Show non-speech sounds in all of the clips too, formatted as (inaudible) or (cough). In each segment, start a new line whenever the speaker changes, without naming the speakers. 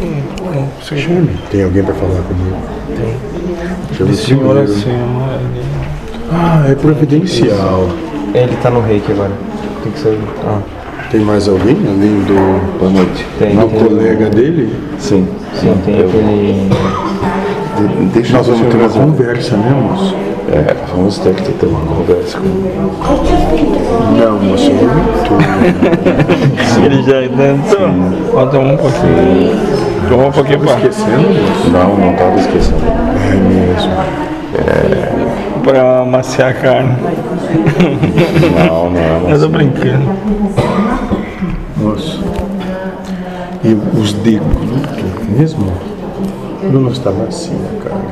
Não, não, sei.
Chame. Tem alguém para falar comigo? Tem. Chama
De
o
senhora a
primeiro.
senhora. ele-
Ah, é providencial.
É, Ele tá no reiki agora. Tem que ser. Ah,
Tem mais alguém além do,
Boa noite.
tem.
do
tem-
colega dele?
Sim,
Sim, tem aquele.
de- deixa
Nós
eu
vamos ter uma
conversar.
conversa, né, moço?
É, vamos ter que ter uma conversa com
Não, moço, muito.
(laughs)
Ele já dançou. Falta um pouquinho. Tô um pouquinho pra,
Esquecendo?
Não, não estava esquecendo.
É mesmo.
É, pra maciar a carne.
Não, não.
(laughs) Eu tô
assim,
brincando.
Moço. E os degluto é mesmo? Não está macia, né, cara.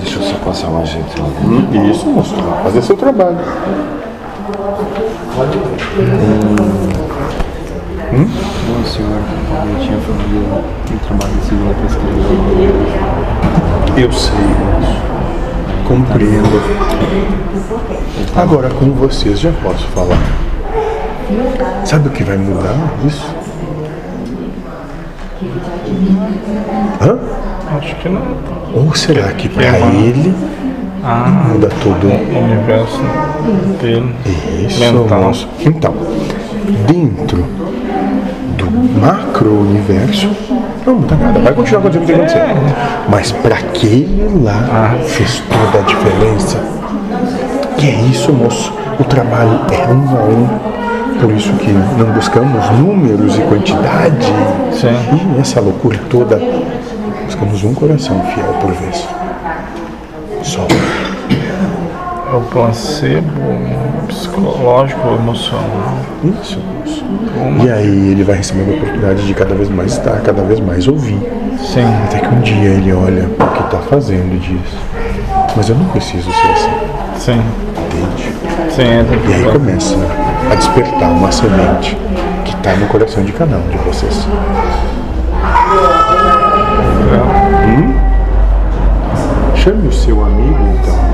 Deixa eu só passar uma gente lá.
Hum, Isso, moço. Fazer seu trabalho.
Não, senhor. Eu tinha falado do trabalho de segunda pra escrever.
Eu sei, moço. Compreendo. Agora com vocês já posso falar. Sabe o que vai mudar isso? Hã?
Acho que não.
Ou será que é Ah. para ele muda tudo?
O universo dele.
Isso,
Mental.
moço. Então, dentro do macro-universo, não muda nada. Vai continuar acontecendo o que está acontecendo. Mas para aquele lá, fez toda a diferença. E é isso, moço. O trabalho é um a um. Por isso que não buscamos números e quantidade.
Sim.
E essa loucura toda. Buscamos um coração fiel por vez. Só.
É o placebo psicológico, emocional.
Isso, moço. E aí ele vai recebendo a oportunidade de cada vez mais estar, cada vez mais ouvir.
Sim.
Até que um dia ele olha o que está fazendo e diz, mas eu não preciso ser assim,
Sim.
entende?
Sim, entra
E aí
em
começa a despertar uma semente que está no coração de cada um de vocês. Chame o Hum? seu amigo então.